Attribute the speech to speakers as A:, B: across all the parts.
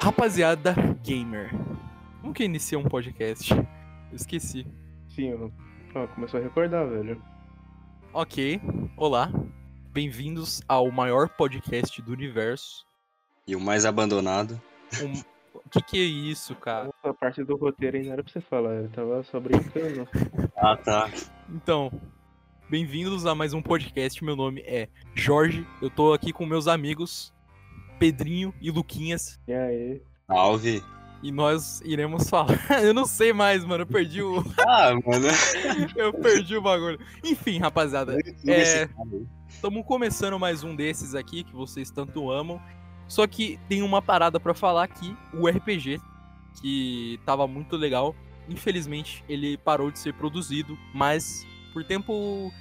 A: Rapaziada gamer. Como que inicia um podcast? Eu esqueci.
B: Sim, ó. Ó, começou a recordar, velho.
A: Ok, olá. Bem-vindos ao maior podcast do universo.
C: E o mais abandonado.
A: O que, que é isso, cara?
B: A parte do roteiro ainda era pra você falar, eu tava só brincando.
C: Ah, tá.
A: Então, bem-vindos a mais um podcast. Meu nome é Jorge. Eu tô aqui com meus amigos Pedrinho e Luquinhas.
B: E aí?
C: Salve.
A: E nós iremos falar. Eu não sei mais, mano. Eu perdi o.
C: Ah, mano.
A: Eu perdi o bagulho. Enfim,
C: É.
A: rapaziada.
C: Esse cara aí.
A: Estamos começando mais um desses aqui que vocês tanto amam. Só que tem uma parada pra falar aqui, o RPG, que tava muito legal. Infelizmente, ele parou de ser produzido, mas por tempo.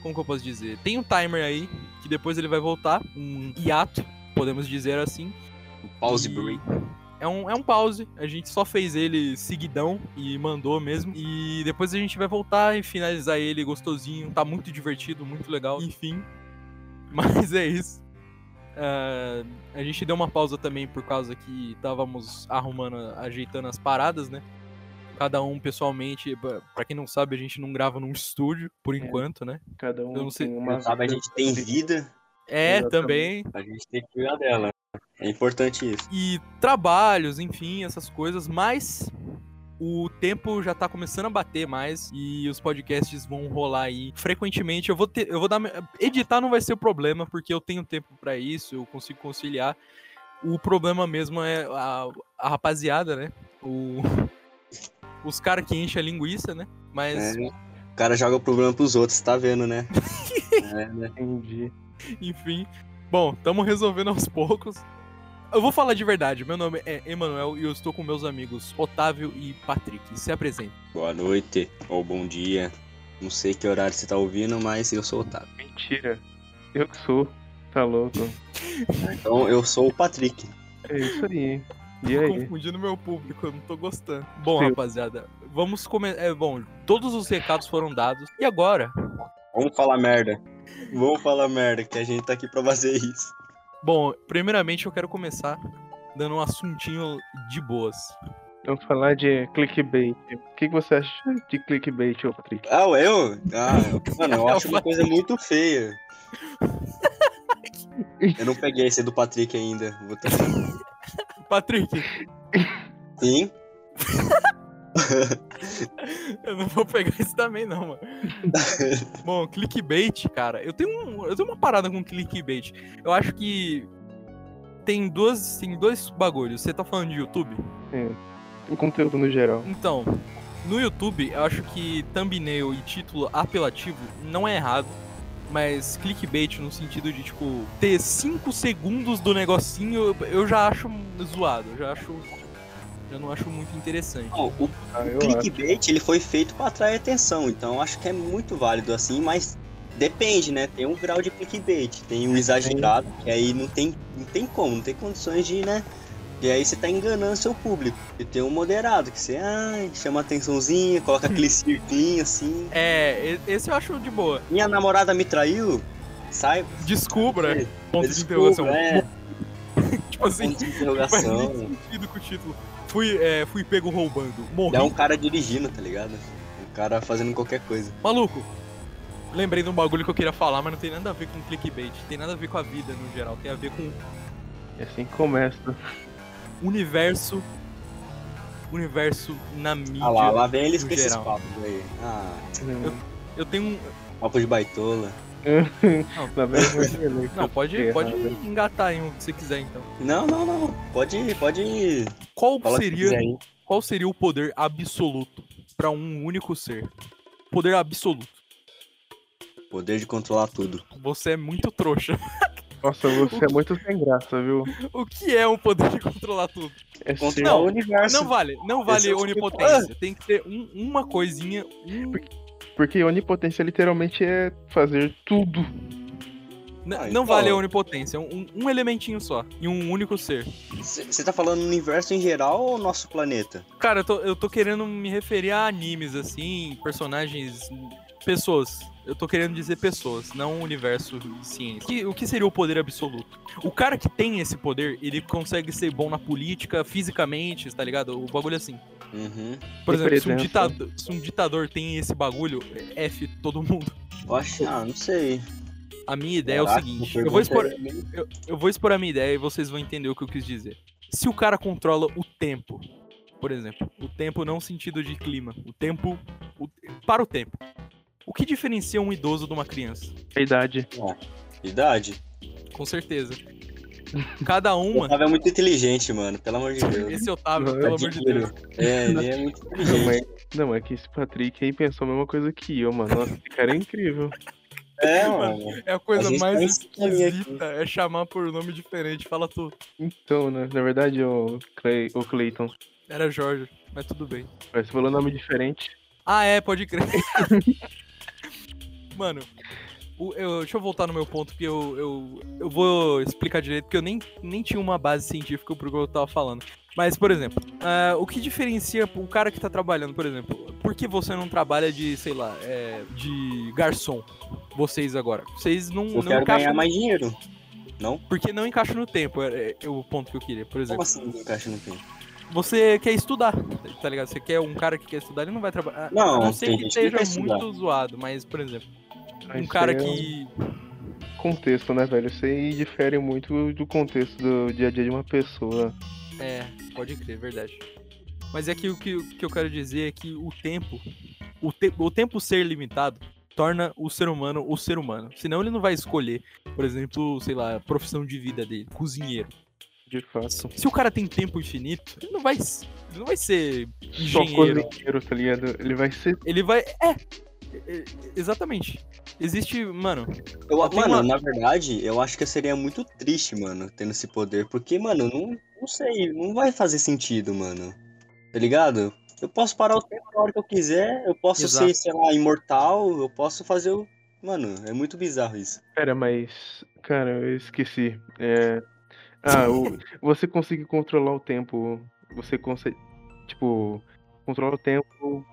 A: Como que eu posso dizer? Tem um timer aí, que depois ele vai voltar, um hiato, podemos dizer assim.
C: O Pause
A: E
C: Break.
A: É um, é um pause, a gente só fez ele seguidão e mandou mesmo. E depois a gente vai voltar e finalizar ele gostosinho, tá muito divertido, muito legal, enfim. Mas é isso. Ah, a gente deu uma pausa também por causa que estávamos arrumando, ajeitando as paradas, né? Cada um pessoalmente, pra- pra quem não sabe, a gente não grava num estúdio, por enquanto, né?
B: Cada
A: Eu
B: um
A: não sei-
B: tem uma
C: é Sabe, a gente tem vida,
A: É, também.
B: Exatamente.
C: a gente tem que cuidar dela. É importante isso.
A: e trabalhos, enfim, essas coisas, mas o tempo já tá começando a bater mais e os podcasts vão rolar aí frequentemente. Eu vou ter, eu vou dar editar não vai ser o problema porque eu tenho tempo pra isso, eu consigo conciliar. O problema mesmo é a, a rapaziada, né? O- os caras que enchem a linguiça, né? Mas
C: É, o cara joga o problema pros outros, tá vendo, né? É.
B: Entendi.
A: Enfim. Bom, estamos resolvendo aos poucos. Eu vou falar de verdade. Meu nome é Emanuel e eu estou com meus amigos Otávio e Patrick. Se apresentem.
C: Boa noite, ou bom dia. Não sei que horário você tá ouvindo, mas eu sou o Otávio.
B: Mentira. Eu que sou. Tá louco.
C: Então, eu sou o Patrick.
B: É isso aí. E
A: Tô
B: aí?
A: confundindo meu público, eu não tô gostando. Bom,
B: Sim.
A: rapaziada, vamos começar. É, bom, todos os recados foram dados. E agora?
C: Vamos falar merda. Vamos falar merda, que a gente tá aqui pra fazer isso.
A: Bom, primeiramente eu quero começar dando um assuntinho de boas.
B: Vamos falar de clickbait. O que que você acha de clickbait, ô Patrick?
C: Ah, eu? Ah, mano, eu acho uma coisa muito feia. Eu não peguei esse do Patrick ainda. Vou ter que-
A: Patrick,
C: Sim.
A: Eu não vou pegar isso também, não, mano. Bom, clickbait, cara. Eu tenho, um, eu tenho uma parada com clickbait. Eu acho que tem duas, tem dois bagulhos. Você tá falando de YouTube?
B: O conteúdo no geral.
A: Então, no YouTube, eu acho que thumbnail e título apelativo não é errado. Mas clickbait no sentido de, tipo, ter 5 segundos do negocinho, eu já acho zoado. Eu já acho. Eu não acho muito interessante.
C: Não, o
B: Ah, eu
C: O
B: acho.
C: clickbait ele foi feito para atrair atenção, então acho que é muito válido assim, mas depende, né? Tem um grau de clickbait, tem o exagerado, que aí não tem, não tem como, não tem condições de, né? E aí você tá enganando seu público. E tem o moderado, que você ai, chama atençãozinha, coloca aquele circlinho assim.
A: É, e- esse eu acho de boa.
C: Minha namorada me traiu, sai.
A: Descubra.
C: É,
A: Ponto de
C: desculpa,
A: interrogação.
C: é,
A: Tipo assim,
C: ponto de
A: não faz nem
C: interrogação.
A: sentido com o título. Fui, é, fui pego roubando. Morri.
C: É um cara dirigindo, tá ligado? Um cara fazendo qualquer coisa.
A: Maluco. Lembrei de um bagulho que eu queria falar, mas não tem nada a ver com clickbait. Tem nada a ver com a vida no geral. Tem a ver com
B: É assim que começa.
A: o universo. Universo na mídia.
C: Ah lá, lá vem eles
A: no
C: com esses
A: geral.
C: papos aí. Ah,
A: Eu tenho um.
C: papo de baitola.
B: Na verdade, é
A: Não, pode,
B: errado,
A: pode
C: né?
B: hein?
A: engatar aí um que você quiser então.
C: Não, não, não. Pode ir, pode ir.
A: Qual
C: Fala o que quiser
A: seria,
C: aí.
A: qual seria o poder absoluto pra um único ser? Poder absoluto.
C: Poder de controlar tudo.
A: Você é muito trouxa.
B: Nossa, você é muito sem graça, viu?
A: O que é um poder de controlar tudo?
B: É
C: Controlar
B: ser-
A: Não,
C: o universo.
A: Não vale, não
C: Esse
A: vale
C: é o
A: onipotência. Tem que ter um- uma coisinha. um-
B: Porque onipotência literalmente é fazer tudo.
A: N-
C: Ah,
A: né, não
C: então-
A: vale a onipotência. Um, um elementinho só. Em um único ser.
C: Você tá falando no universo em geral ou nosso planeta?
A: Cara, eu tô, eu tô querendo me referir a animes, assim, personagens Pessoas. Eu tô querendo dizer pessoas, não o universo de ciência. Que- o que seria o poder absoluto? O cara que tem esse poder, ele consegue ser bom na política, fisicamente, tá ligado? O bagulho é assim.
C: Uhum.
A: Por exemplo, se um,
B: Representa.
A: ditado- se um ditador tem esse bagulho, F todo mundo.
C: Eu acho, ah, não sei.
A: A minha ideia é o
C: Caraca,
A: seguinte:
C: a
A: eu vou, expor,
C: pergunta é-
A: eu vou expor a minha ideia e vocês vão entender o que eu quis dizer. Se o cara controla o tempo, por exemplo, o tempo não sentido de clima, o tempo o- para o tempo. O que diferencia um idoso de uma criança?
B: A idade.
C: Idade.
A: Com certeza. Cada
C: O
A: uma.
C: Otávio é muito inteligente, mano, pelo amor de Deus.
A: Esse Otávio, Um pelo amor de Deus.
C: É, ele é muito
B: Não,
C: inteligente.
B: mas- Não, é que esse Patrick aí pensou a mesma coisa que eu, mano. Nossa, esse cara é incrível.
C: É, mano.
A: É a
C: A
A: coisa
C: gente tá
A: mais
C: nesse caminho aqui.
A: esquisita. É chamar por nome diferente. Fala tu.
B: Então, né? Na verdade, o, Clay, o Clayton.
A: Era Jorge, mas tudo bem.
B: Mas Você falou nome diferente.
A: Ah, é, pode crer. Mano, o- eu- deixa eu voltar no meu ponto que eu, eu, eu vou explicar direito, porque eu nem, nem tinha uma base científica pro que eu tava falando. Mas, por exemplo, ah, o que diferencia um cara que tá trabalhando, por exemplo, por que você não trabalha de, sei lá, é, de garçom? Vocês agora. Vocês não,
C: Eu
A: não
C: quero ganhar
A: encaixam.
C: mais dinheiro. Não?
A: Porque não encaixa no tempo, é, é o ponto que eu queria, por
C: Como
A: exemplo.
C: assim não encaixa no tempo?
A: Você quer estudar, tá ligado? Você quer um cara que quer estudar, ele não vai trabalhar.
C: Não,
A: A não ser
C: tem
A: que
C: gente que não
A: seja
C: quer estudar.
A: muito zoado, mas, por exemplo,
B: Ah,
A: um
B: isso
A: cara
B: aí é
A: que.
B: um Contexto, né, velho? Isso aí difere muito do contexto do dia a dia de uma pessoa.
A: É, pode crer, verdade. Mas é que o que, o que eu quero dizer é que o tempo. O, te- o tempo ser limitado torna o ser humano o ser humano. Senão ele não vai escolher, por exemplo, sei lá, a profissão de vida dele, cozinheiro.
B: De fato.
A: Se o cara tem tempo infinito, ele não vai. s- Ele não vai ser
B: Só
A: engenheiro.
B: cozinheiro, tá ligado? Ele vai ser.
A: Ele vai. É! é, Exatamente. Existe, mano,
C: Eu,
A: Eu tenho
C: mano,
A: uma-
C: na verdade, eu acho que eu seria muito triste, mano, tendo esse poder. Porque, mano, não, não sei, não vai fazer sentido, mano. Tá ligado? Eu posso parar o tempo na hora que eu quiser, eu posso
A: Exato.
C: ser, sei lá, imortal, eu posso fazer o. Mano, é muito bizarro isso.
B: Cara, mas. Cara, eu esqueci. É. Ah, o... você consegue controlar o tempo. Você consegue. Tipo, controla o tempo.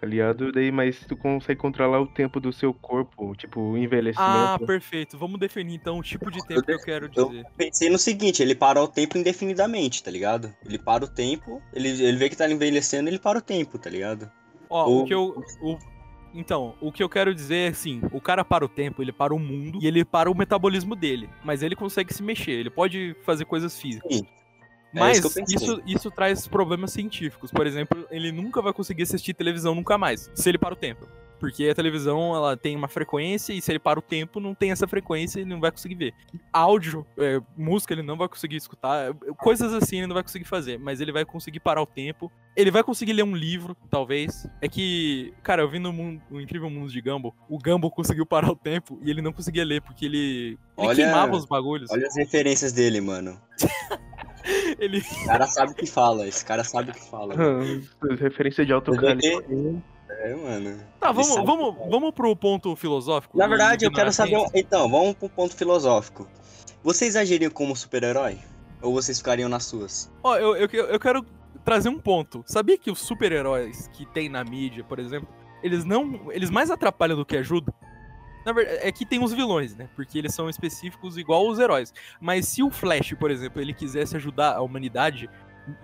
B: Tá ligado? Daí, mas tu consegue controlar o tempo do seu corpo. Tipo, o
A: Ah,
B: envelhecimento.
A: perfeito. Vamos definir então o tipo de tempo que eu quero
C: eu-
A: dizer.
C: Pensei no seguinte, ele para o tempo indefinidamente, tá ligado? Ele para o tempo, ele, ele vê que tá envelhecendo, ele para o tempo, tá ligado?
A: Ó, o
C: Ou-
A: que eu. o- Então, o que eu quero dizer é assim: o cara para o tempo, ele para o mundo e ele para o metabolismo dele. Mas ele consegue se mexer, ele pode fazer coisas físicas.
C: Sim. É
A: Mas
C: isso que eu pensei.
A: isso, isso traz problemas científicos. Por exemplo, ele nunca vai conseguir assistir televisão nunca mais, se ele para o tempo. Porque a televisão ela tem uma frequência e se ele para o tempo, não tem essa frequência e ele não vai conseguir ver. Áudio, é, música, ele não vai conseguir escutar. é, Coisas assim ele não vai conseguir fazer, mas ele vai conseguir parar o tempo. Ele vai conseguir ler um livro, talvez. É que, cara, eu vi no, mundo, no Incrível Mundo de Gumball, o Gumball conseguiu parar o tempo e ele não conseguia ler, porque ele, ele
C: Olha-
A: queimava os bagulhos.
C: Olha as referências dele, mano.
A: Ele,
C: O cara sabe o que fala, esse cara sabe o que fala. mano.
B: Ah, Referência de alto
C: Você vê
B: calibre.
C: É, mano.
A: tá,
C: Ele
A: vamos,
C: sabe o que é.
A: vamos, vamos pro ponto filosófico.
C: Na
A: do-
C: verdade,
A: do
C: eu quero
A: Ignorar
C: saber.
A: Ciência.
C: um- Então, vamos pro ponto filosófico. Vocês agiriam como super-herói? Ou vocês ficariam nas suas?
A: Ó, eu, eu, que- eu quero trazer um ponto. Sabia que os super-heróis que tem na mídia, por exemplo, eles não. Eles mais atrapalham do que ajudam? Na verdade, é que tem os vilões, né? Porque eles são específicos igual os heróis. Mas se o Flash, por exemplo, ele quisesse ajudar a humanidade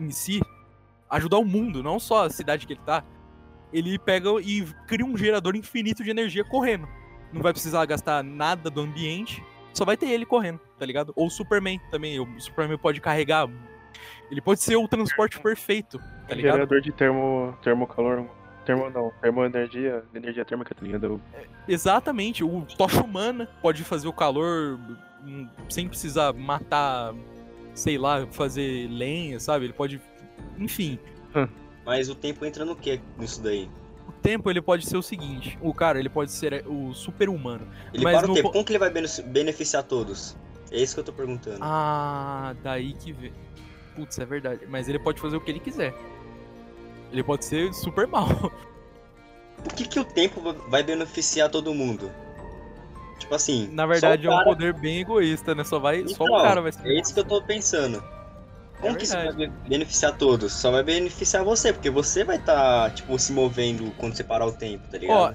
A: em si, ajudar o mundo, não só a cidade que ele tá, ele pega e cria um gerador infinito de energia correndo. Não vai precisar gastar nada do ambiente, só vai ter ele correndo, tá ligado? Ou o Superman também. O Superman pode carregar ele pode ser o transporte perfeito, tá ligado?
B: Gerador de termo, termocalor. Termo não, termoenergia, energia térmica, tá ligado?
A: Exatamente. O tocha humana pode fazer o calor hum, sem precisar matar, sei lá, fazer lenha, sabe? Ele pode. Enfim,
C: Mas o tempo entra no quê nisso daí?
A: o tempo ele pode ser o seguinte: o cara ele pode ser é, o super-humano.
C: Ele
A: Mas
C: para
A: no
C: o tempo.
A: po-
C: Como que ele vai bene- beneficiar todos? É isso que eu tô perguntando.
A: Ah, daí que vem. Putz, é verdade. Mas ele pode fazer o que ele quiser. Ele pode ser super mal.
C: O que, que o tempo va- vai beneficiar todo mundo? Tipo assim.
A: Na
C: só
A: verdade,
C: o
A: é um
C: cara-
A: poder bem egoísta, né? Só vai. só o
C: Então,
A: cara vai ser.
C: É isso que eu tô pensando. Como que isso vai
A: É verdade.
C: be- beneficiar todos? Só vai beneficiar você, porque você vai estar, tipo, se movendo quando você parar o tempo, tá ligado?
A: Ó,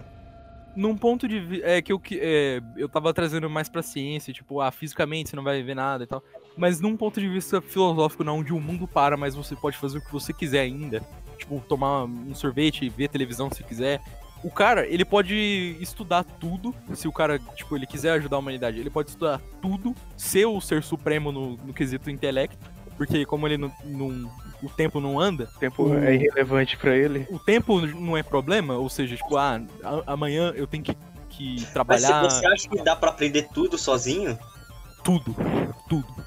A: num ponto de vi- é que eu que- é, eu tava trazendo mais pra ciência, tipo, ah, fisicamente você não vai ver nada e tal. Mas num ponto de vista filosófico, não, onde o mundo para, mas você pode fazer o que você quiser ainda. Tipo, tomar um sorvete, ver televisão se quiser. O cara, ele pode estudar tudo, se o cara, tipo, ele quiser ajudar a humanidade, ele pode estudar tudo, ser o ser supremo no, no quesito intelecto, porque como ele não- não o tempo não anda,
B: O tempo é irrelevante pra ele.
A: o tempo não é problema, ou seja, tipo, ah, a- amanhã eu tenho que, que
C: Mas se
A: trabalhar
C: você acha que dá pra aprender tudo sozinho?
A: tudo.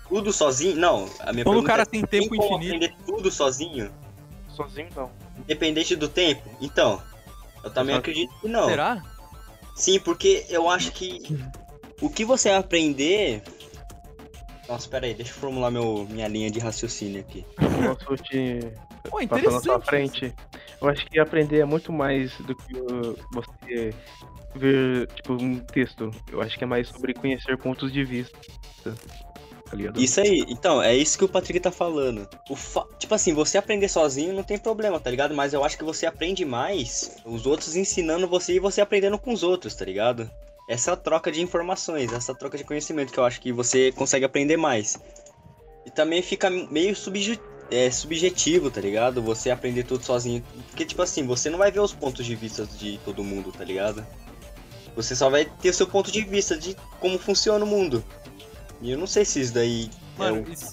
C: Tudo sozinho? Não, a minha
A: Quando o
C: pergunta
A: cara
C: é,
A: tem tempo
C: como
A: infinito,
C: aprender tudo sozinho,
B: Sozinho não.
C: independente do tempo? Então, eu também
B: Exato.
C: acredito que não.
A: será?
C: Sim, porque eu acho que o que você aprender. Nossa, pera aí, deixa eu formular meu, minha linha de raciocínio aqui.
B: Posso te
A: Pô,
B: passar Tá na
A: interessante.
B: sua frente? Eu acho que aprender é muito mais do que uh, você ver, tipo, um texto. Eu acho que é mais sobre conhecer pontos de vista. Tá ligado?
C: Isso aí, então, é isso que o Patrick tá falando. O fa- Tipo assim, você aprender sozinho não tem problema, tá ligado? Mas eu acho que você aprende mais os outros ensinando você e você aprendendo com os outros, tá ligado? Essa troca de informações, essa troca de conhecimento que eu acho que você consegue aprender mais. E também fica meio subju- é, subjetivo, tá ligado? Você aprender tudo sozinho. Porque, tipo assim, você não vai ver os pontos de vista de todo mundo, tá ligado? Você só vai ter o seu ponto de vista de como funciona o mundo. E eu não sei se isso daí é o
A: Mano, isso-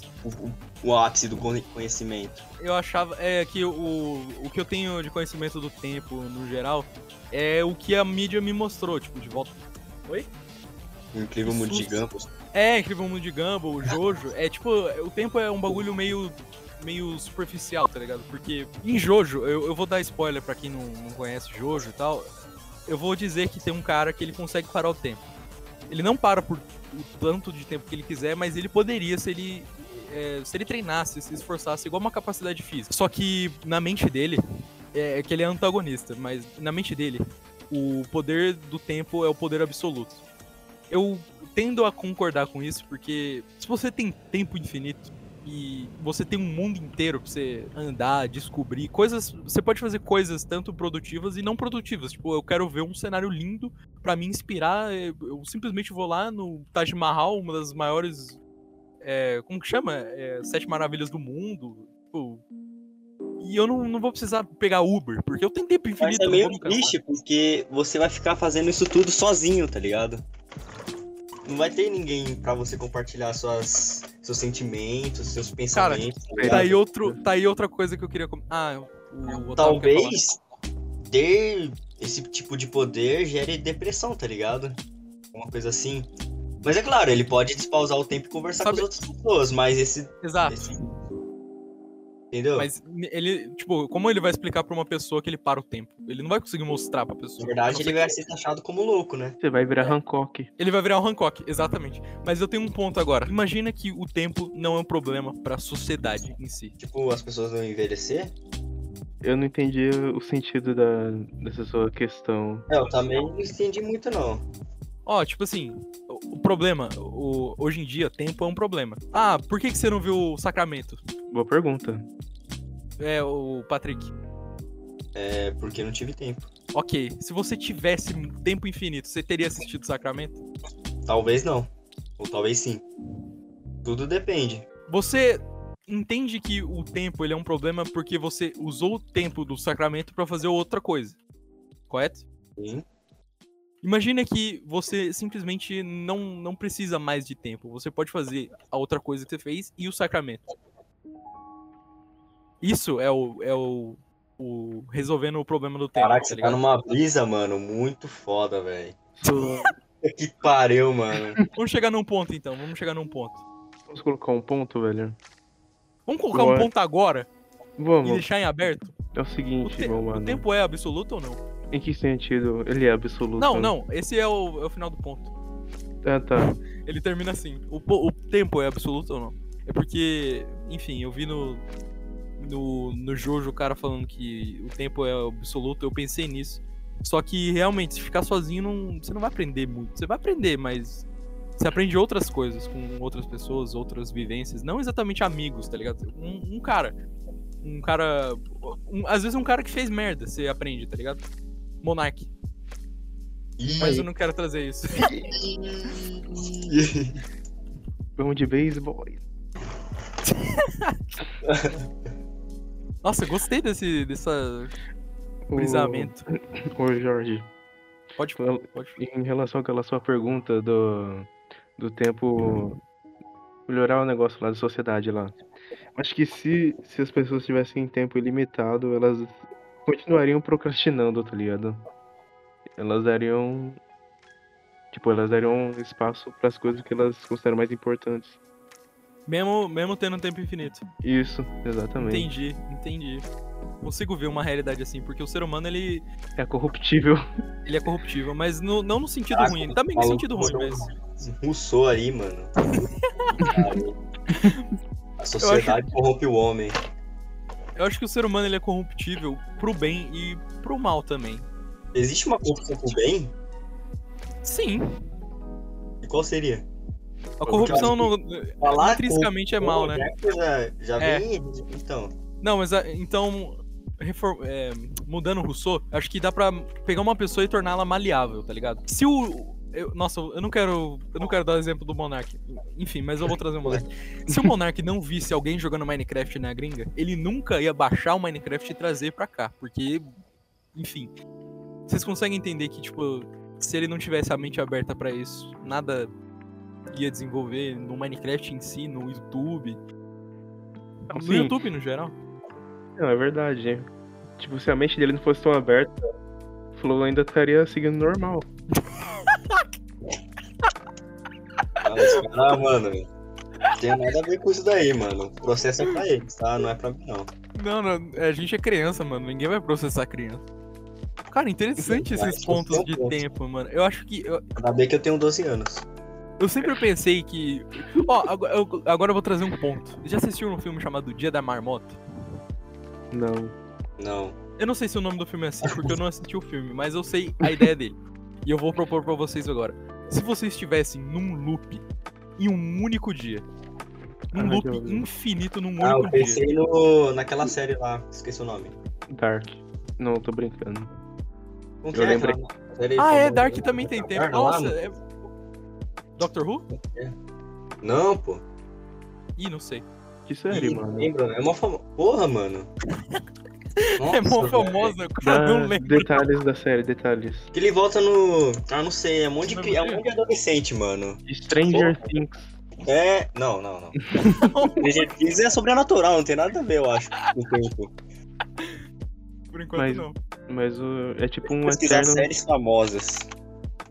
C: o ápice do con- conhecimento.
A: eu achava é que o, o que eu tenho de conhecimento do tempo no geral é o que a mídia me mostrou, tipo, de volta.
C: O incrível
A: Que
C: mundo de
A: susto.
C: Gumpos.
A: É, Incrível Mundo de Gumball, o Jojo, é tipo, o tempo é um bagulho meio meio superficial, tá ligado? Porque em Jojo, eu, eu vou dar spoiler pra quem não, não conhece Jojo e tal, eu vou dizer que tem um cara que ele consegue parar o tempo. Ele não para por o tanto de tempo que ele quiser, mas ele poderia se ele é, se ele treinasse, se esforçasse, igual uma capacidade física. Só que na mente dele, é, é que ele é antagonista, mas na mente dele, o poder do tempo é o poder absoluto. Eu tendo a concordar com isso, porque se você tem tempo infinito e você tem um mundo inteiro pra você andar, descobrir coisas, você pode fazer coisas tanto produtivas e não produtivas. Tipo, eu quero ver um cenário lindo pra me inspirar, eu eu simplesmente vou lá no Taj Mahal, uma das maiores é, como que chama? É, Sete Maravilhas do Mundo. Tipo, e eu não, não vou precisar pegar Uber, porque eu tenho tempo
C: Mas
A: infinito.
C: é
A: eu não
C: meio
A: vou me cansar.
C: triste, porque você vai ficar fazendo isso tudo sozinho, tá ligado? Não vai ter ninguém pra você compartilhar suas, seus sentimentos, seus pensamentos. tá ligado?
A: Tá aí, outro, tá aí outra coisa que eu queria comentar. Ah, o Otávio quer falar.
C: Talvez ter esse tipo de poder gere depressão, tá ligado? Uma coisa assim. Mas é claro, ele pode despausar o tempo e conversar
A: Sabe-
C: com as outras pessoas, mas esse.
A: Exato.
C: esse... Entendeu?
A: Mas ele, tipo, como ele vai explicar pra uma pessoa que ele para o tempo? Ele não vai conseguir mostrar pra pessoa.
C: Na verdade,
A: A não
C: ele
A: ser
C: vai ser taxado como louco, né?
B: Você vai virar Hancock.
A: Ele vai virar o Hancock, exatamente. Mas eu tenho um ponto agora. Imagina que o tempo não é um problema pra sociedade em si.
C: Tipo, as pessoas não envelhecer?
B: Eu não entendi o sentido da, dessa sua questão.
C: Não, também não entendi muito, não.
A: Ó, tipo assim, o o problema, o- hoje em dia, tempo é um problema. Ah, por que, que você não viu o Sacramento?
B: Boa pergunta.
A: É, o Patrick.
C: É porque não tive tempo.
A: Ok, se você tivesse um tempo infinito, você teria assistido o Sacramento?
C: Talvez não. Ou talvez sim. Tudo depende.
A: Você entende que o tempo ele é um problema porque você usou o tempo do Sacramento pra fazer outra coisa, correto?
C: Sim.
A: Imagina que você simplesmente não, não precisa mais de tempo. Você pode fazer a outra coisa que você fez e o sacramento. Isso é o, é o, o resolvendo o problema do tempo,
C: Caraca,
A: tá
C: você tá
A: ligado?
C: numa brisa, mano, muito foda, velho.
B: Só-
C: Que pariu, mano.
A: Vamos chegar num ponto então, vamos chegar num ponto.
B: Vamos colocar um ponto, velho?
A: Vamos colocar um
B: Bora.
A: ponto agora
C: Tá
A: e
B: Vamos.
A: deixar em aberto?
B: É o
A: O,
B: seguinte,
A: te-
B: meu
A: o
B: mano.
A: tempo é absoluto ou não?
B: Em que sentido? Ele é absoluto.
A: Não,
B: né?
A: não, esse é o, é o final do ponto.
B: Ah, tá.
A: Ele termina assim. O, po- o tempo é absoluto ou não? É porque, enfim, eu vi no, no, no Jojo o cara falando que o tempo é absoluto, eu pensei nisso. Só que realmente, se ficar sozinho, não, você não vai aprender muito. Você vai aprender, mas você aprende outras coisas com outras pessoas, outras vivências. Não exatamente amigos, tá ligado? Um, um cara. Um cara. um- às vezes um cara que fez merda, você aprende, tá ligado? Monark. Mas eu não quero trazer isso.
B: Vamos de beisebol.
A: Nossa, eu gostei desse dessa
B: Ô-
A: brisamento.
B: Ô, Jorge,
A: Pode,
B: Fala-
A: pode.
B: em relação àquela sua pergunta do, do tempo melhorar o negócio lá da sociedade lá. Acho que se, se as pessoas tivessem tempo ilimitado, elas continuariam procrastinando, tá ligado? Elas dariam. Tipo, elas dariam espaço para as coisas que elas consideram mais importantes.
A: Mesmo, mesmo tendo um tempo infinito.
B: Isso, exatamente.
A: Entendi, entendi. Consigo ver uma realidade assim, porque o ser humano ele,
B: É corruptível.
A: ele é corruptível, mas no- não no sentido
C: Ah,
A: Tá ruim. Ele também no
C: maluco,
A: sentido ruim,
C: não.
A: mas.
C: Russou aí, mano. A sociedade corrompe o homem.
A: Eu acho que o ser humano ele é corruptível pro bem e pro mal também.
C: Existe uma corrupção pro bem?
A: Sim,
C: E qual seria?
A: a corrupção não,
C: Falar
A: intrinsecamente é mal, né?
C: Já, já
A: É.
C: vem. Então.
A: Não, mas a- então, reform- é, mudando o Rousseau, acho que dá pra pegar uma pessoa e torná-la maleável, tá ligado? Se o. eu- nossa, eu não quero. Eu não quero dar o exemplo do Monark. Enfim, mas eu vou trazer o Monark. Se o Monark não visse alguém jogando Minecraft na gringa, ele nunca ia baixar o Minecraft e trazer pra cá. Porque. Enfim. Vocês conseguem entender que, tipo, se ele não tivesse a mente aberta pra isso, nada ia desenvolver no Minecraft em si, no YouTube.
B: Não,
A: No
B: sim.
A: YouTube, no geral.
B: Não, é verdade. Tipo, se a mente dele não fosse tão aberta, o Flow ainda estaria seguindo normal.
C: Ah, esse cara, mano. Não tem nada a ver com isso daí, mano. O processo é pra eles, tá? Não é pra mim, não.
A: Não, não, a gente é criança, mano. Ninguém vai processar criança. Cara, interessante
C: Vai,
A: esses pontos
C: vai,
A: de
C: vai.
A: tempo, mano. Eu acho que. Eu,
C: Ainda bem que eu tenho 12 anos.
A: eu sempre pensei que. Ó, agora eu, agora eu vou trazer um ponto. Já assistiu um filme chamado Dia da Marmota?
B: Não.
C: Não.
A: Eu não sei se o nome do filme é assim, porque eu não assisti o filme, mas eu sei a ideia dele. E eu vou propor pra vocês agora. Se vocês estivessem num loop em um único dia. Um
B: Ah,
A: loop
B: já ouvi.
A: infinito num
C: Ah, eu
A: único dia.
C: pensei no, naquela série lá. Esqueci o nome.
B: Dark. Não, tô brincando.
C: Como é
B: Eu lembrei.
C: aquela série
A: Ah, é,
C: famosa?
A: Dark também tem tempo.
C: Lá,
A: Nossa,
C: mano?
A: é. Doctor Who?
C: Não, pô.
A: Ih, não sei.
B: Que série,
C: Ih,
B: mano.
C: Lembra? É uma famosa. Porra, mano.
A: É mó
C: Nossa, velho.
A: famosa, cara,
B: Da-
A: não lembro.
B: Detalhes da série, detalhes.
C: Que ele volta no. Ah, não sei, é um monte de,
A: Não
C: cri- é um
A: lembro.
C: monte de adolescente, mano.
B: Stranger Things.
C: É. Não, não, não. Stranger Things é sobrenatural, não tem nada a ver, eu acho. com o tempo.
A: Por enquanto
B: Mas-
A: não.
B: Mas o, é tipo um
C: Pesquisar
B: eterno.
C: séries famosas.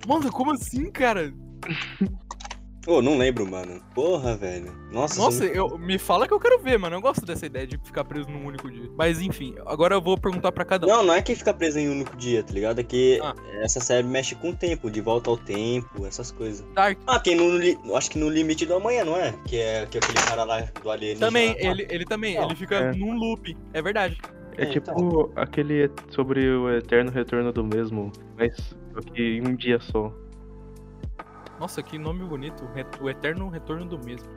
A: Mano, como assim, cara?
C: Ô, não lembro, mano. Porra, velho. Nossa,
A: Nossa,
C: eu...
A: eu, me fala que eu quero ver, mano. Eu gosto dessa ideia de ficar preso num único dia. Mas enfim, agora eu vou perguntar pra cada um.
C: Não, não é que fica preso em um único dia, tá ligado? É que
A: Ah.
C: essa série mexe com o tempo, de volta ao tempo, essas coisas.
A: Dark
C: Ah, tem no. li- Acho que no limite do amanhã, não é? Que é, que é aquele cara lá do alienígena.
A: também,
C: lá.
A: ele, ele também,
C: tá. Não,
A: ele fica
B: é.
A: num loop. É verdade.
B: É tipo aquele sobre o eterno retorno do mesmo. Mas só que em um dia só.
A: Nossa, que nome bonito. Re- O eterno retorno do mesmo.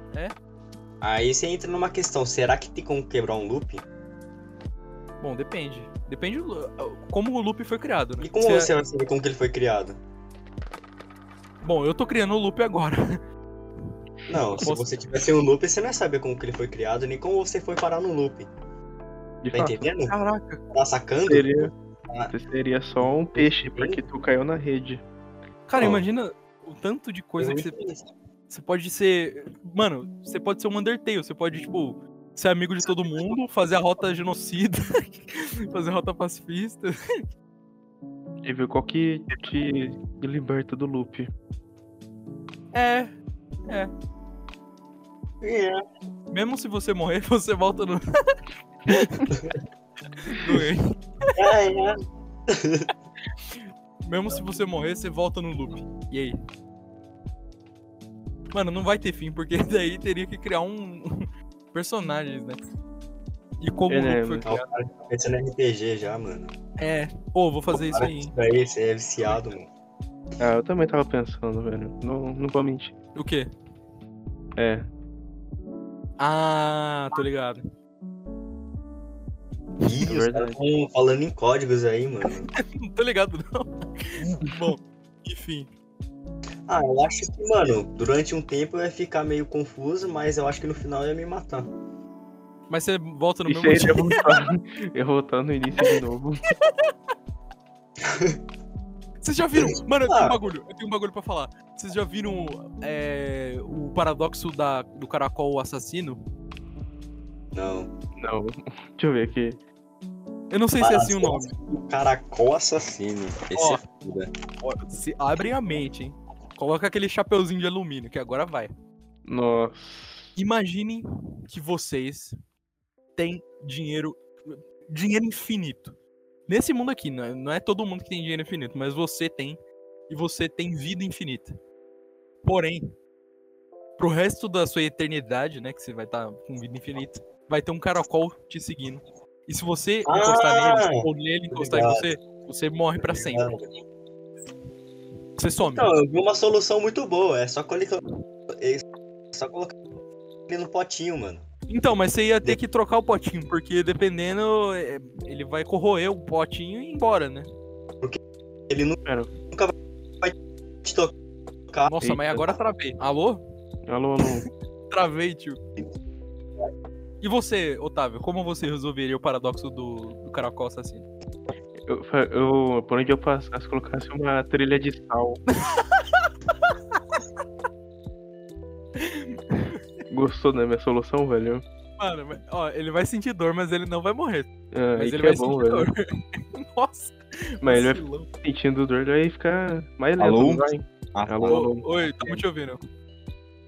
C: Aí você entra numa questão, será que tem como quebrar um loop?
A: Bom, depende. Depende do- como o loop foi criado, né?
C: E como
A: Se é-
C: você vai saber como que ele foi criado?
A: Bom, eu tô criando o loop agora.
C: Não, se
A: Posso-
C: você tivesse um loop, você não ia saber como que ele foi criado, nem como você foi parar no loop.
B: De
A: Ah.
C: Tá
B: fato,
C: entendendo?
A: Caraca.
C: Tá sacando?
B: seria,
C: Ah.
B: seria só um peixe, porque tu caiu na rede.
A: Cara,
C: Ó.
A: imagina o tanto de coisa
C: Eu
A: que você
C: entendi.
A: Você pode ser. Mano, você pode ser um Undertale, você pode, tipo, ser amigo de todo mundo, fazer a rota genocida, fazer a rota pacifista.
B: E ver qual que te liberta do loop.
A: É.
C: É.
A: Mesmo se você morrer, você volta no. no erro.
C: É, é.
A: Mesmo se você morrer, você volta no loop. E aí? Mano, não vai ter fim, porque daí teria que criar um. personagens, né? E como
B: É,
A: o loop
B: né,
A: foi
C: Ah,
A: criado.
C: o cara tá pensando em RPG já, mano.
A: É. Pô, vou fazer isso
C: Para
A: aí.
C: com
A: hein?
C: isso aí, você é viciado, mano.
B: Ah, eu também tava pensando, velho. Não, não vou mentir.
A: O quê?
B: É,
A: Ah, tô ligado.
C: Ih, os
B: verdade.
C: caras tão falando em códigos aí, mano.
A: Não tô ligado, não. Tá Bom, Enfim.
C: Ah, eu acho que, mano, durante um tempo eu ia ficar meio confuso, mas eu acho que no final eu ia me matar.
A: Mas você volta no
B: Isso
A: mesmo
B: aí
A: dia.
B: ia voltar, ia voltar no início de novo.
A: Vocês já viram? Mano, eu tenho um
C: Ah.
A: bagulho. Eu tenho um bagulho pra falar. Vocês já viram é, o paradoxo da, do caracol assassino?
C: Não.
B: Não. Deixa eu ver aqui.
A: Eu não sei se é assim o nome.
C: Caracol assassino. Esse
A: Ó.
C: é foda.
A: Ó, Se abrem a mente, hein? Coloca aquele chapeuzinho de alumínio, que agora vai.
B: Nossa.
A: Imaginem que vocês têm dinheiro. Dinheiro infinito. Nesse mundo aqui, não é, não é todo mundo que tem dinheiro infinito, mas você tem. E você tem vida infinita. Porém, pro resto da sua eternidade, né? Que você vai estar com vida infinita, vai ter um caracol te seguindo. E se você
C: Ah!
A: encostar nele, ou nele encostar em
C: Obrigado.
A: você, você morre pra
C: Ah.
A: sempre. Você some.
C: Então, eu vi uma solução muito boa. É só colocar. É só colocar ele no potinho, mano.
A: Então, mas você ia ter que trocar o potinho, porque dependendo, é, ele vai corroer o potinho e ir embora, né?
C: Te tocar.
A: Nossa, mas
B: Ah, Eita.
A: agora travei. Alô?
B: Alô, alô.
A: Travei, tio. E você, Otávio, como você resolveria o paradoxo do, do caracol assassino?
B: Eu, fa- eu, por onde eu passasse, colocasse uma trilha de sal. Gostou da minha solução, velho?
A: Mano, mas- ó, ele vai sentir dor, mas ele não vai morrer.
B: Ah, aí
A: Mas
B: que
A: ele vai
B: é bom,
A: sentir
B: velho.
A: dor. Nossa,
B: Mas ele vai
A: vacilão.
B: sentindo dor, aí fica mais lento,
C: Alô?
B: não vai?
C: Ah, tá.
B: Alô?
A: Ô, Oi, estamos te ouvindo.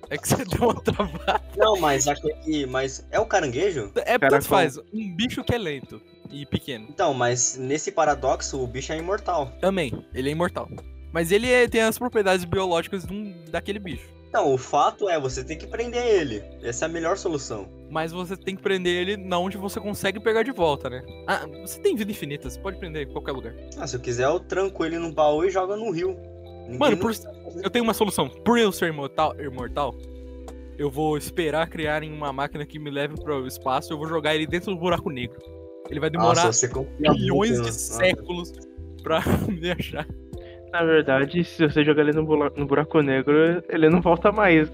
A: É que você deu uma travada.
C: Não, mas aquele. Mas é o caranguejo?
A: É, tanto
B: Caracol.
A: faz. Um bicho que é lento e pequeno.
C: Então, mas nesse paradoxo, o bicho é imortal.
A: Também, ele é imortal. Mas ele é- tem as propriedades biológicas de um- daquele bicho.
C: Então, o fato é, você tem que prender ele. Essa é a melhor solução.
A: Mas você tem que prender ele na onde você consegue pegar de volta, né? Ah, você tem vida infinita, você pode prender em qualquer lugar.
C: Ah, se eu quiser, eu tranco ele num baú e joga no rio. Ninguém
A: Mano,
C: não-
A: por- eu tenho uma solução. Por eu ser imortal, imortal, eu vou esperar criarem uma máquina que me leve para o espaço, eu vou jogar ele dentro do buraco negro. Ele vai demorar
C: Nossa, você confia muito,
A: milhões
C: né?
A: de séculos pra me achar.
B: Na verdade, se você jogar ele no, bula- no buraco negro, ele não volta mais.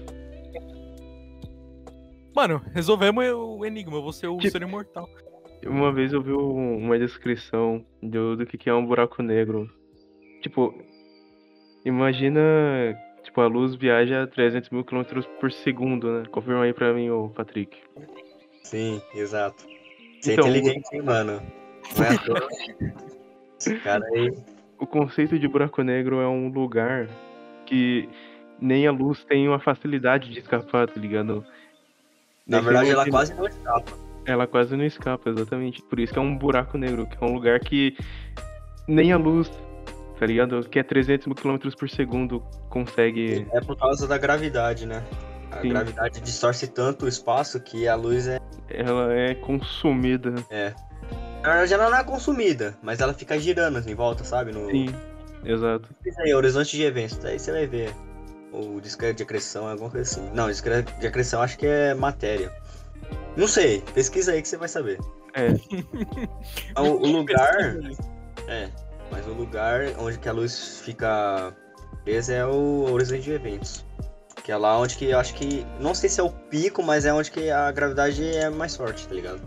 A: Mano, resolvemos o enigma, eu vou ser o
B: Tipo-
A: ser imortal.
B: Uma vez eu vi um- uma descrição do, do que que é um buraco negro. Tipo, imagina, tipo, a luz viaja a 300 mil quilômetros por segundo, né? Confirma aí pra mim, ô Patrick.
C: Ah, Sim, exato. Você
B: Então,
C: é inteligente, hein, mano. Não é à toa. Esse cara aí.
B: O conceito de buraco negro é um lugar que nem a luz tem uma facilidade de escapar, tá ligado?
C: Na
B: Nesse
C: verdade, ela
B: mundo-
C: quase não escapa.
B: Ela quase não escapa, exatamente. Por isso que é um buraco negro, que é um lugar que nem a luz, tá ligado? Que é 300 mil quilômetros por segundo consegue.
C: É por causa da gravidade, né? A
B: Sim.
C: gravidade distorce tanto o espaço que a luz é.
B: Ela é consumida.
C: Na verdade, ela não é consumida, mas ela fica girando assim, em volta, sabe? No...
B: Sim, exato.
C: Pesquisa aí, horizonte de eventos. Aí você vai ver. Ou discreto de acreção, é alguma coisa assim. Não, discreto de acreção acho que é matéria. Não sei, pesquisa aí que você vai saber.
B: É.
C: O, o lugar. É, mas o lugar onde que a luz fica presa é o horizonte de eventos. Que é lá onde que eu acho que. Não sei se é o pico, mas é onde que a gravidade é mais forte, tá ligado?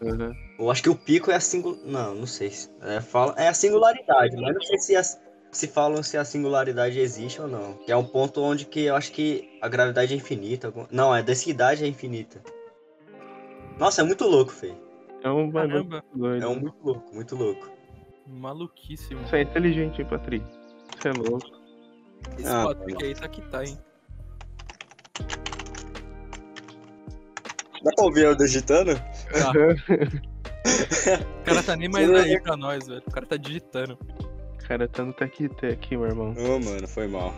B: Uhum.
C: Eu acho que o pico é a singu... Não, não sei. se- É, fala... é a singularidade, mas não sei se, as- se falam se a singularidade existe ou não. Que é um ponto onde que eu acho que a gravidade é infinita. algum- Não, é densidade é infinita. Nossa, é muito louco, feio.
B: É um bagulho
A: Caramba,
B: doido.
C: É um muito louco, muito louco.
A: maluquíssimo.
B: Você é inteligente, hein, Patrick? Você é louco.
A: Esse
C: Ah,
A: Patrick aí tá que tá, hein?
C: Dá pra ouvir eu digitando? Ah.
A: Tá. O cara tá nem mais aí pra nós, velho. O cara tá digitando.
B: O cara tá no tec-tec, meu irmão.
C: Ô, mano, foi mal.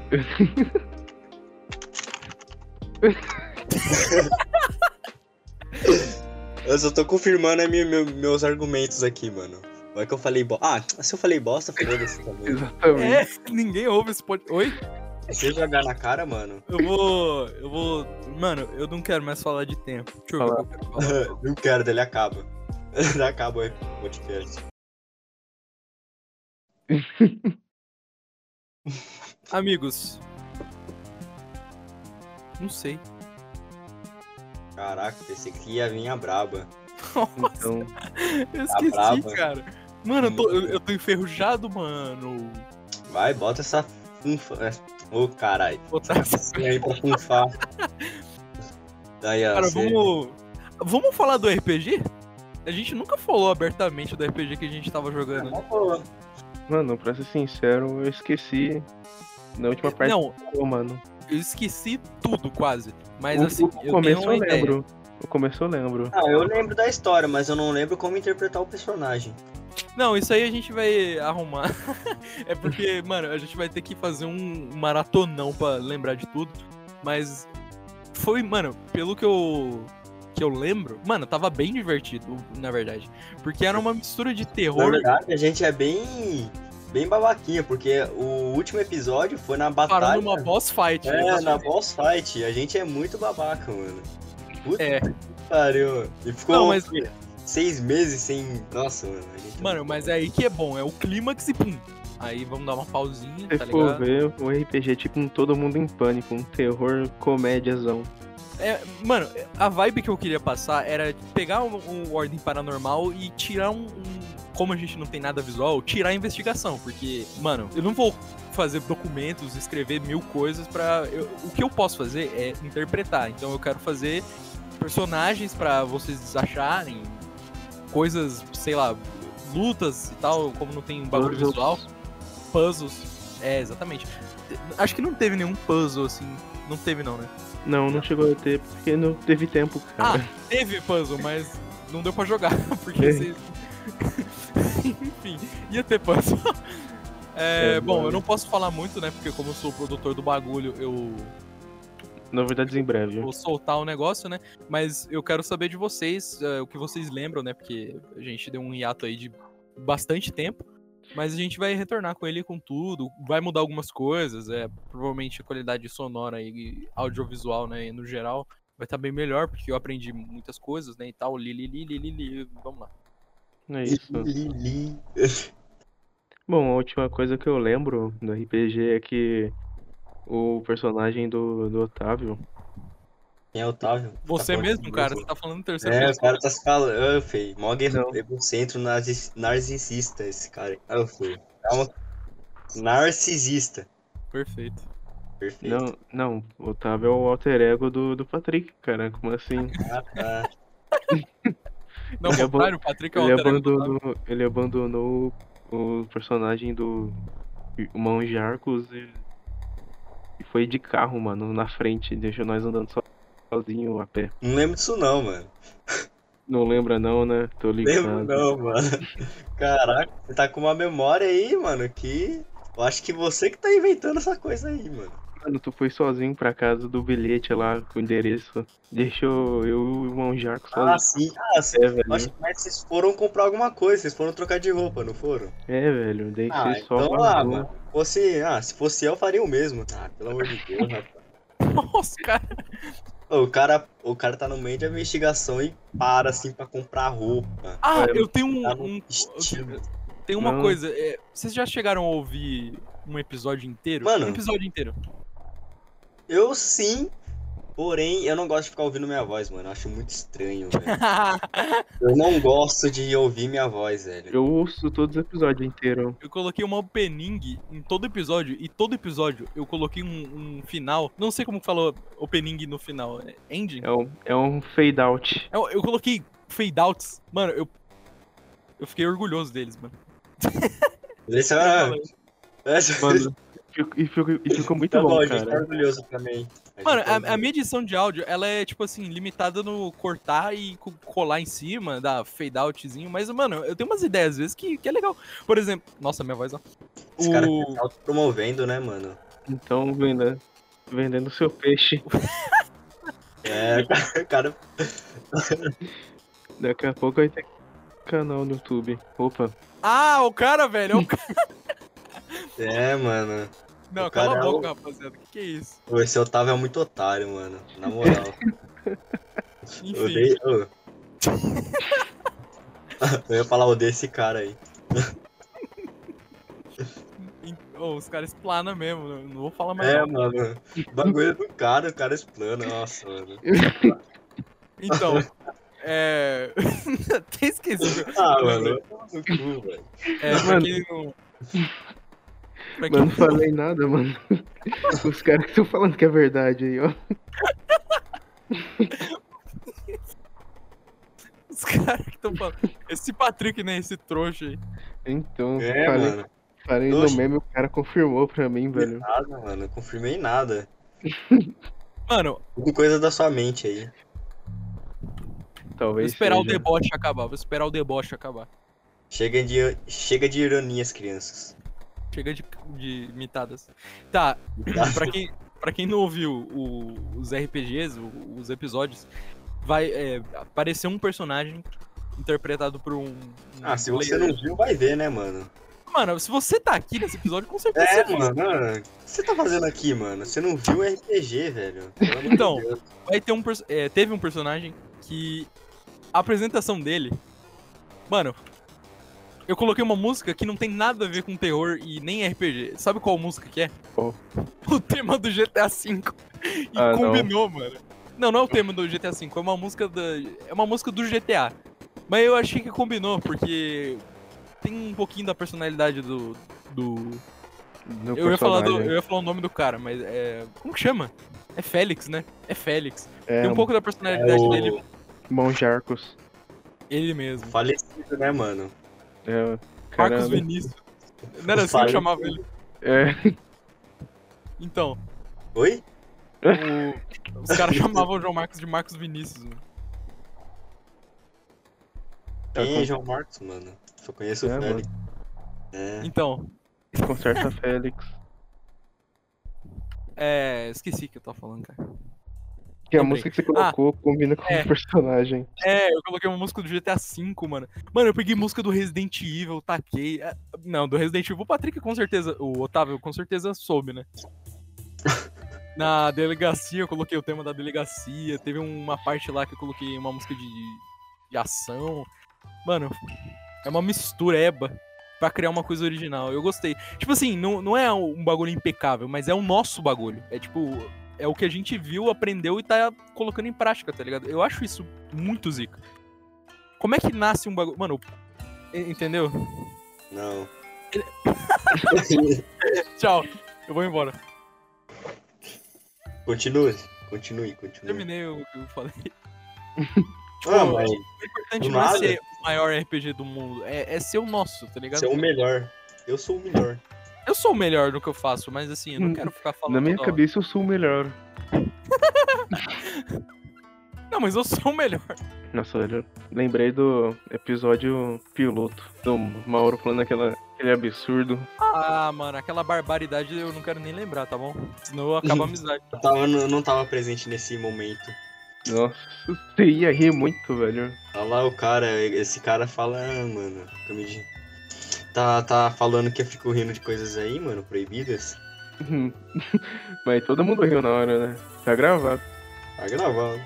C: eu só tô confirmando aí meu- meu- meus argumentos aqui, mano. Vai que eu falei bosta. Ah, se eu falei bosta, foda-se também.
B: Exatamente.
A: É, ninguém ouve esse podcast. Oi?
C: Se eu jogar na cara, mano,
A: Eu vou. Eu vou. Mano, eu não quero mais falar de tempo. Deixa eu ver
B: Fala.
A: o que eu quero falar.
C: não quero, dele acaba. Ele acaba o podcast.
A: Amigos. Não sei.
C: Caraca, pensei que ia vir a braba.
A: Nossa,
B: Então,
A: eu esqueci,
C: brava.
A: cara. Mano, eu tô, eu, eu tô enferrujado, mano.
C: Vai, bota essa funfa. é, Ô, caralho.
A: Botar essa
C: Assim aí pra funfar. Daí, ó,
A: Cara,
C: você-
A: vamos. Vamos falar do RPG? A gente nunca falou abertamente do RPG que a gente tava
C: É
A: jogando.
C: uma boa.
B: mano, pra ser sincero, eu esqueci na última parte
A: Não,
B: Pô, mano.
A: eu esqueci tudo quase. Mas
B: o,
A: assim,
B: o
A: eu tenho
B: começo eu
A: uma ideia.
B: lembro. O começo eu lembro.
C: Ah, eu lembro da história, mas eu não lembro como interpretar o personagem.
A: Não, isso aí a gente vai arrumar. é porque, mano, a gente vai ter que fazer um maratonão pra lembrar de tudo. Mas foi, mano, pelo que eu que eu lembro, mano, tava bem divertido, na verdade, porque era uma mistura de
C: Na
A: terror.
C: verdade, a gente é bem. bem babaquinha, porque o último episódio foi na batalha.
A: Parando uma boss fight.
C: tá, né?
A: né?
C: É, na boss fight. A gente é muito babaca, mano. Puta
A: É.
C: que pariu. E ficou
A: Não, mas
C: seis meses sem. Nossa, mano. a gente-
A: Mano, mas é aí que é bom, é o clímax e pum. Aí vamos dar uma pausinha,
B: Se
A: tá
B: for
A: ligado?
B: ver, o RPG é tipo um todo mundo em pânico, um terror comédiazão.
A: É, mano, a vibe que eu queria passar era pegar o o Ordem Paranormal e tirar um, um- Como a gente não tem nada visual, tirar a investigação. Porque, mano, eu não vou fazer documentos, escrever mil coisas pra. eu- o que eu posso fazer é interpretar. Então eu quero fazer personagens pra vocês acharem coisas, sei lá, lutas e tal, como não tem um bagulho
B: Puzzles.
A: visual. Puzzles. É, exatamente. Acho que não teve nenhum puzzle, assim. Não teve, não, né?
B: Não, não chegou a ter, porque não teve tempo,
A: Ah,
B: cara.
A: teve puzzle, mas não deu pra jogar, porque
B: É.
A: vocês. Enfim, ia ter puzzle. É,
B: É,
A: bom,
B: mano.
A: eu não posso falar muito, né? Porque como eu sou o produtor do bagulho, eu
B: Novidades em breve.
A: vou soltar o negócio, né? Mas eu quero saber de vocês, é, o que vocês lembram, né? Porque a gente deu um hiato aí de bastante tempo. Mas a gente vai retornar com ele com tudo, vai mudar algumas coisas, é provavelmente a qualidade sonora e audiovisual, né, e no geral, vai estar bem melhor, porque eu aprendi muitas coisas, né, e tal, li, li, li, li, li, li, vamos lá.
B: É isso.
C: Lili.
B: Bom, a última coisa que eu lembro do RPG é que o personagem do, do Otávio.
C: Quem é Otávio?
A: Você
C: Tá
A: mesmo,
C: falando
A: cara,
C: mesmo?
A: você tá falando terceiro
C: É, o
A: pessoa.
C: cara tá se falando, feio. Mó
B: Não.
C: egocentro narcis- narcisista esse cara. Ah, feio. É um narcisista.
A: Perfeito.
C: Perfeito.
B: Não, não, o Otávio é o alter ego do, do Patrick, cara. Como assim?
C: Ah, tá.
A: Não,
B: Ele
A: o
B: abandon-
A: contrário, o Patrick é o
B: Ele
A: alter ego do Otávio.
B: abandonou, ele abandonou o personagem do Mão de Arcos e, e foi de carro, mano, na frente, deixou nós andando so- sozinho a pé.
C: Não lembro disso não, mano.
B: Não lembra não, né? Tô ligado.
C: Lembro não, mano. Caraca, você tá com uma memória aí, mano, que... Eu acho que você que tá inventando essa coisa aí, mano.
B: Mano, tu foi sozinho pra casa do bilhete lá com o endereço. Deixou eu e o Mão de Arcos
C: Ah,
B: sozinho.
C: sim. Ah, sim.
B: É,
C: Eu acho
B: velho.
C: que mas vocês foram comprar alguma coisa, vocês foram trocar de roupa, não foram?
B: É, velho. Deixei
C: Ah,
B: só
C: então
B: lá,
C: lá, mano. Fosse, ah, se fosse eu, eu faria o mesmo. Ah, pelo amor de Deus, rapaz.
A: Nossa, cara.
C: Ô, O cara, o cara tá no meio da investigação e para assim pra comprar roupa.
A: Ah,
B: Cara,
A: eu tenho um-
C: Tá no
A: um
C: estilo.
A: Tem uma
B: Não.
A: coisa, é, vocês já chegaram a ouvir um episódio inteiro?
C: Mano.
A: Um episódio inteiro.
C: Eu sim, porém eu não gosto de ficar ouvindo minha voz, mano. Eu acho muito estranho, velho. Eu não gosto de ouvir minha voz, velho.
B: Eu ouço todos os episódios inteiros.
A: eu coloquei uma opening em todo episódio, e todo episódio eu coloquei um, um final. Não sei como falou opening no final. É ending?
B: É um, é um fade out.
A: Eu, eu coloquei fade outs. Mano, eu. Eu fiquei orgulhoso deles, mano.
C: Esse- ah, esse- é
B: Mano, fico- e, fico- e ficou muito
C: tá
B: bom,
C: bom, a gente tá
B: cara.
C: orgulhoso também. gente
A: Mano,
C: tá orgulhoso.
A: a, a minha edição de áudio, ela é, tipo assim, limitada no cortar e co- colar em cima, dar fade outzinho. Mas, mano, eu tenho umas ideias às vezes que, que é legal. Por exemplo. Nossa, minha voz, ó.
C: Esse cara
A: o-
C: tá promovendo, né, mano?
B: Então, venda, vendendo seu peixe.
C: É, o cara.
B: Daqui a pouco vai ter canal no YouTube. Opa,
A: Ah, o cara, velho. é o cara-
C: É, mano.
A: Não,
C: O cara
A: cala
C: é
A: a
C: o-
A: boca, rapaziada. Que que é isso?
C: Pô, Esse Otávio é muito otário, mano. Na moral. Eu
A: Enfim.
C: Odeio. ô. Eu ia falar, odeio esse cara aí.
A: em- Ô, os caras planam mesmo, né? não vou falar mais.
C: É,
A: não.
C: mano. O bagulho é do cara, o cara explana. Nossa, mano.
A: Então, é. Até esqueci.
C: Ah, mano. toma no cu, velho.
A: É, pra
B: Mano.
A: quem não. Pra
B: Mas
A: quem
B: não falei nada, mano. Os caras que estão falando que é verdade aí, ó.
A: os caras que estão falando. Esse Patrick, né? Esse trouxa aí.
B: Então,
C: É,
B: falei,
C: mano.
B: falei
C: Oxe.
B: no meme, o cara confirmou pra mim, velho.
C: Nada, mano. Confirmei nada.
A: Mano,
C: Tudo coisa da sua mente aí.
A: vou
B: Talvez.
A: esperar o
B: seja.
A: deboche acabar. Vou esperar o deboche acabar.
C: Chega de, chega de ironias, crianças.
A: Chega de, de mitadas. Tá, pra quem, pra quem não ouviu o- os RPGs, o- os episódios, vai é, aparecer um personagem interpretado por um. um
C: Ah, se você
A: player.
C: não viu, vai ver, né, mano?
A: Mano, se você tá aqui nesse episódio, com certeza
C: É,
A: você viu.
C: mano. O que você tá fazendo aqui, mano? Você não viu o RPG, velho. Pelo amor de
A: Então,
C: Deus.
A: vai ter um perso- é, teve um personagem que a apresentação dele mano eu coloquei uma música que não tem nada a ver com terror e nem RPG sabe qual música que é
B: Qual?
A: o tema do GTA V e
B: Ah, não.
A: combinou mano não não é o tema do GTA V é uma música da é uma música do GTA mas eu achei que combinou porque tem um pouquinho da personalidade do do
B: No
A: eu ia falar do-
B: personagem.
A: eu ia falar o nome do cara mas é como que chama é Félix né é Félix
B: É,
A: tem um pouco da
C: É
A: personalidade dele,
C: o
B: Monjarcos.
A: ele mesmo.
C: falecido, né, mano?
B: É,
A: Marcos
B: caramba.
A: Vinícius. Não era assim que
C: Falecido.
A: chamava ele.
B: É,
A: Então,
C: Oi?
A: o- os caras chamavam o João Marcos de Marcos Vinícius. mano.
B: Tá
C: Quem é
B: com-
C: João Marcos, mano? Só conheço
B: É,
C: o Félix. É.
A: Então,
B: conserta Félix.
A: é. Esqueci o que eu tava falando, cara.
B: Que é a
A: Lembrei.
B: música que você colocou combina com
A: é.
B: o personagem.
A: É, eu coloquei uma música do GTA V, mano. Mano, eu peguei música do Resident Evil, taquei. É, Não, do Resident Evil, o Patrick com certeza. O Otávio com certeza soube, né? Na delegacia, eu coloquei o tema da delegacia. Teve uma parte lá que eu coloquei uma música de, de ação. Mano, é uma mistureba pra criar uma coisa original. Eu gostei. Tipo assim, não, não é um bagulho impecável, mas é o nosso bagulho. É tipo, é o que a gente viu, aprendeu e tá colocando em prática, tá ligado? Eu acho isso muito zica. Como é que nasce um bagulho. Mano, en- entendeu?
C: Não.
A: Tchau. Eu vou embora.
C: continue, continue, continue.
A: Terminei o que eu falei.
C: É. Ah,
A: tipo,
C: mas
A: O importante
C: do
A: não é
C: nada.
A: ser o maior RPG do mundo, é, é ser o nosso, tá ligado?
C: você é o melhor. Eu sou o melhor.
A: Eu sou o melhor no que eu faço, mas assim, eu não
B: Hum,
A: quero ficar falando.
B: Na minha
A: toda hora.
B: cabeça eu sou o melhor.
A: Não, mas eu sou o melhor.
B: Nossa, olha, lembrei do episódio piloto do Mauro falando aquela, aquele absurdo.
A: Ah, mano, aquela barbaridade eu não quero nem lembrar, tá bom? Senão acaba a amizade.
C: Eu, tava, eu não tava presente nesse momento.
B: Nossa, você ia rir muito, velho.
C: Olha Tá lá o cara, esse cara fala, ah, mano, como eu di- tá, tá falando que eu fico rindo de coisas aí, mano, proibidas.
B: Hum. Mas todo mundo riu na hora, né? Tá gravado.
C: Tá gravado.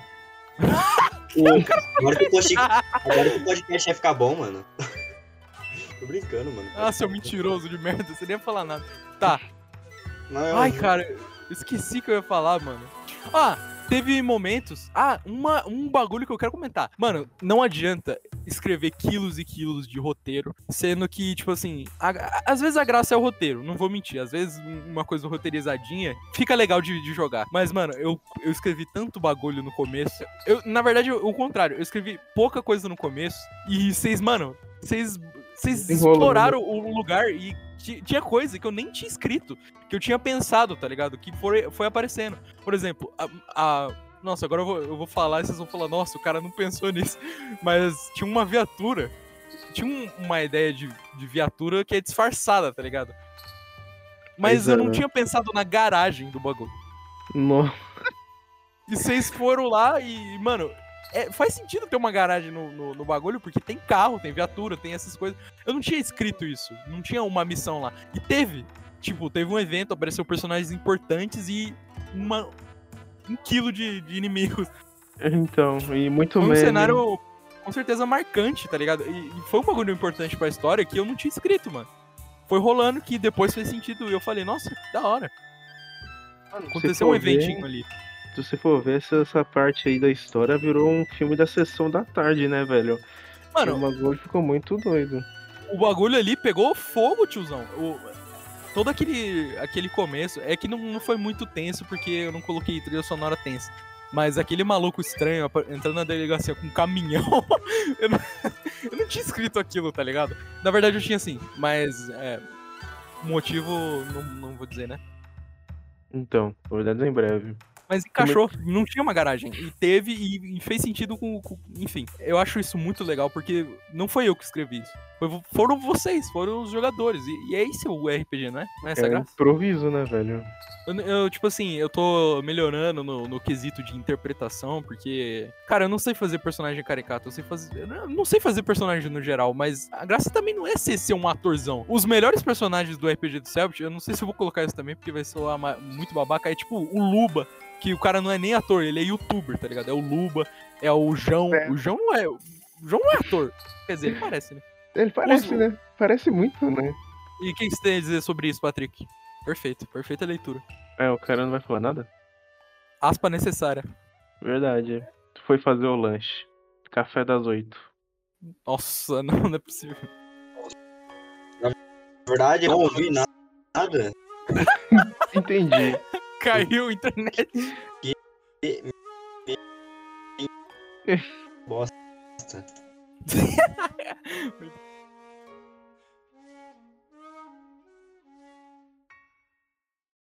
C: agora, que o podcast, agora que o podcast vai ficar bom, mano. Tô brincando, mano.
A: Ah, seu mentiroso de merda, você nem ia falar nada. Tá,
C: Não, eu-
A: Ai, cara, eu esqueci que eu ia falar, mano. Ah, teve momentos. Ah, uma, um bagulho que eu quero comentar. Mano, não adianta escrever quilos e quilos de roteiro, sendo que, tipo assim, a- a- às vezes a graça é o roteiro, não vou mentir. Às vezes um- uma coisa roteirizadinha fica legal de, de jogar. Mas, mano, eu, eu escrevi tanto bagulho no começo. Eu, na verdade, eu- o contrário, eu escrevi pouca coisa no começo e vocês, mano, vocês. Vocês
B: Enrolou, né?
A: exploraram o lugar e ti- tinha coisa que eu nem tinha escrito que eu tinha pensado, tá ligado? Que foi, foi aparecendo. Por exemplo, a. a- nossa, agora eu vou, eu vou falar e vocês vão falar, nossa, o cara não pensou nisso. Mas tinha uma viatura. Tinha um- uma ideia de, de viatura que é disfarçada, tá ligado? Mas
B: Pois
A: eu
B: é,
A: não
B: né?
A: tinha pensado na garagem do bagulho.
B: Nossa,
A: E vocês foram lá e, mano, é, faz sentido ter uma garagem no, no, no bagulho, porque tem carro, tem viatura, tem essas coisas. Eu não tinha escrito isso, não tinha uma missão lá. E teve, tipo, teve um evento, apareceu personagens importantes e uma, um quilo de, de inimigos.
B: então, e muito
A: Foi um
B: meme.
A: cenário com certeza marcante, tá ligado? E, e foi um bagulho importante pra história que eu não tinha escrito, mano. foi rolando que depois fez sentido. E eu falei, nossa, que da hora.
B: Mano, se
A: Aconteceu
B: for
A: um
B: ver-
A: eventinho ali.
B: Se você for ver, essa, essa parte aí da história virou um filme da sessão da tarde, né, velho?
A: Mano,
B: o bagulho ficou muito doido.
A: o bagulho ali pegou fogo, tiozão. O- todo aquele, aquele começo. É que não, não foi muito tenso, porque eu não coloquei trilha sonora tensa. Mas aquele maluco estranho apa- entrando na delegacia com um caminhão. eu, não, eu não tinha escrito aquilo, tá ligado? Na verdade eu tinha sim, mas. É, o motivo, não, não vou dizer, né?
B: Então, novidades em breve.
A: Mas encaixou, não tinha uma garagem. E teve, e, e fez sentido com, com- Enfim, eu acho isso muito legal, porque não foi eu que escrevi isso. Foi vo- foram vocês, foram os jogadores. E, e é isso o RPG, não é? Não é essa a
B: é um
A: graça?
B: improviso, né, velho?
A: Eu, eu, tipo assim, eu tô melhorando no, no quesito de interpretação, porque. Cara, eu não sei fazer personagem caricato, eu sei fazer. Eu não- não sei fazer personagem no geral, mas a graça também não é ser, ser um atorzão. Os melhores personagens do RPG do Selbit, eu não sei se eu vou colocar isso também, porque vai soar ma- muito babaca, é tipo o Luba, que o cara não é nem ator, ele é youtuber, tá ligado? É o Luba, é o João.
B: É.
A: O João não é. O João não é ator. Quer dizer, ele parece, né?
B: Ele parece,
A: Os-
B: né? Parece muito, né?
A: E o que você tem a dizer sobre isso, Patrick? Perfeito, perfeita leitura.
B: É, o cara não vai falar nada?
A: Aspa necessária.
B: Verdade. Tu foi fazer o lanche. Café das oito.
A: Nossa, não, não é possível.
C: Na verdade, eu não ouvi na- nada.
B: Entendi.
A: Caiu a internet.
C: Bosta.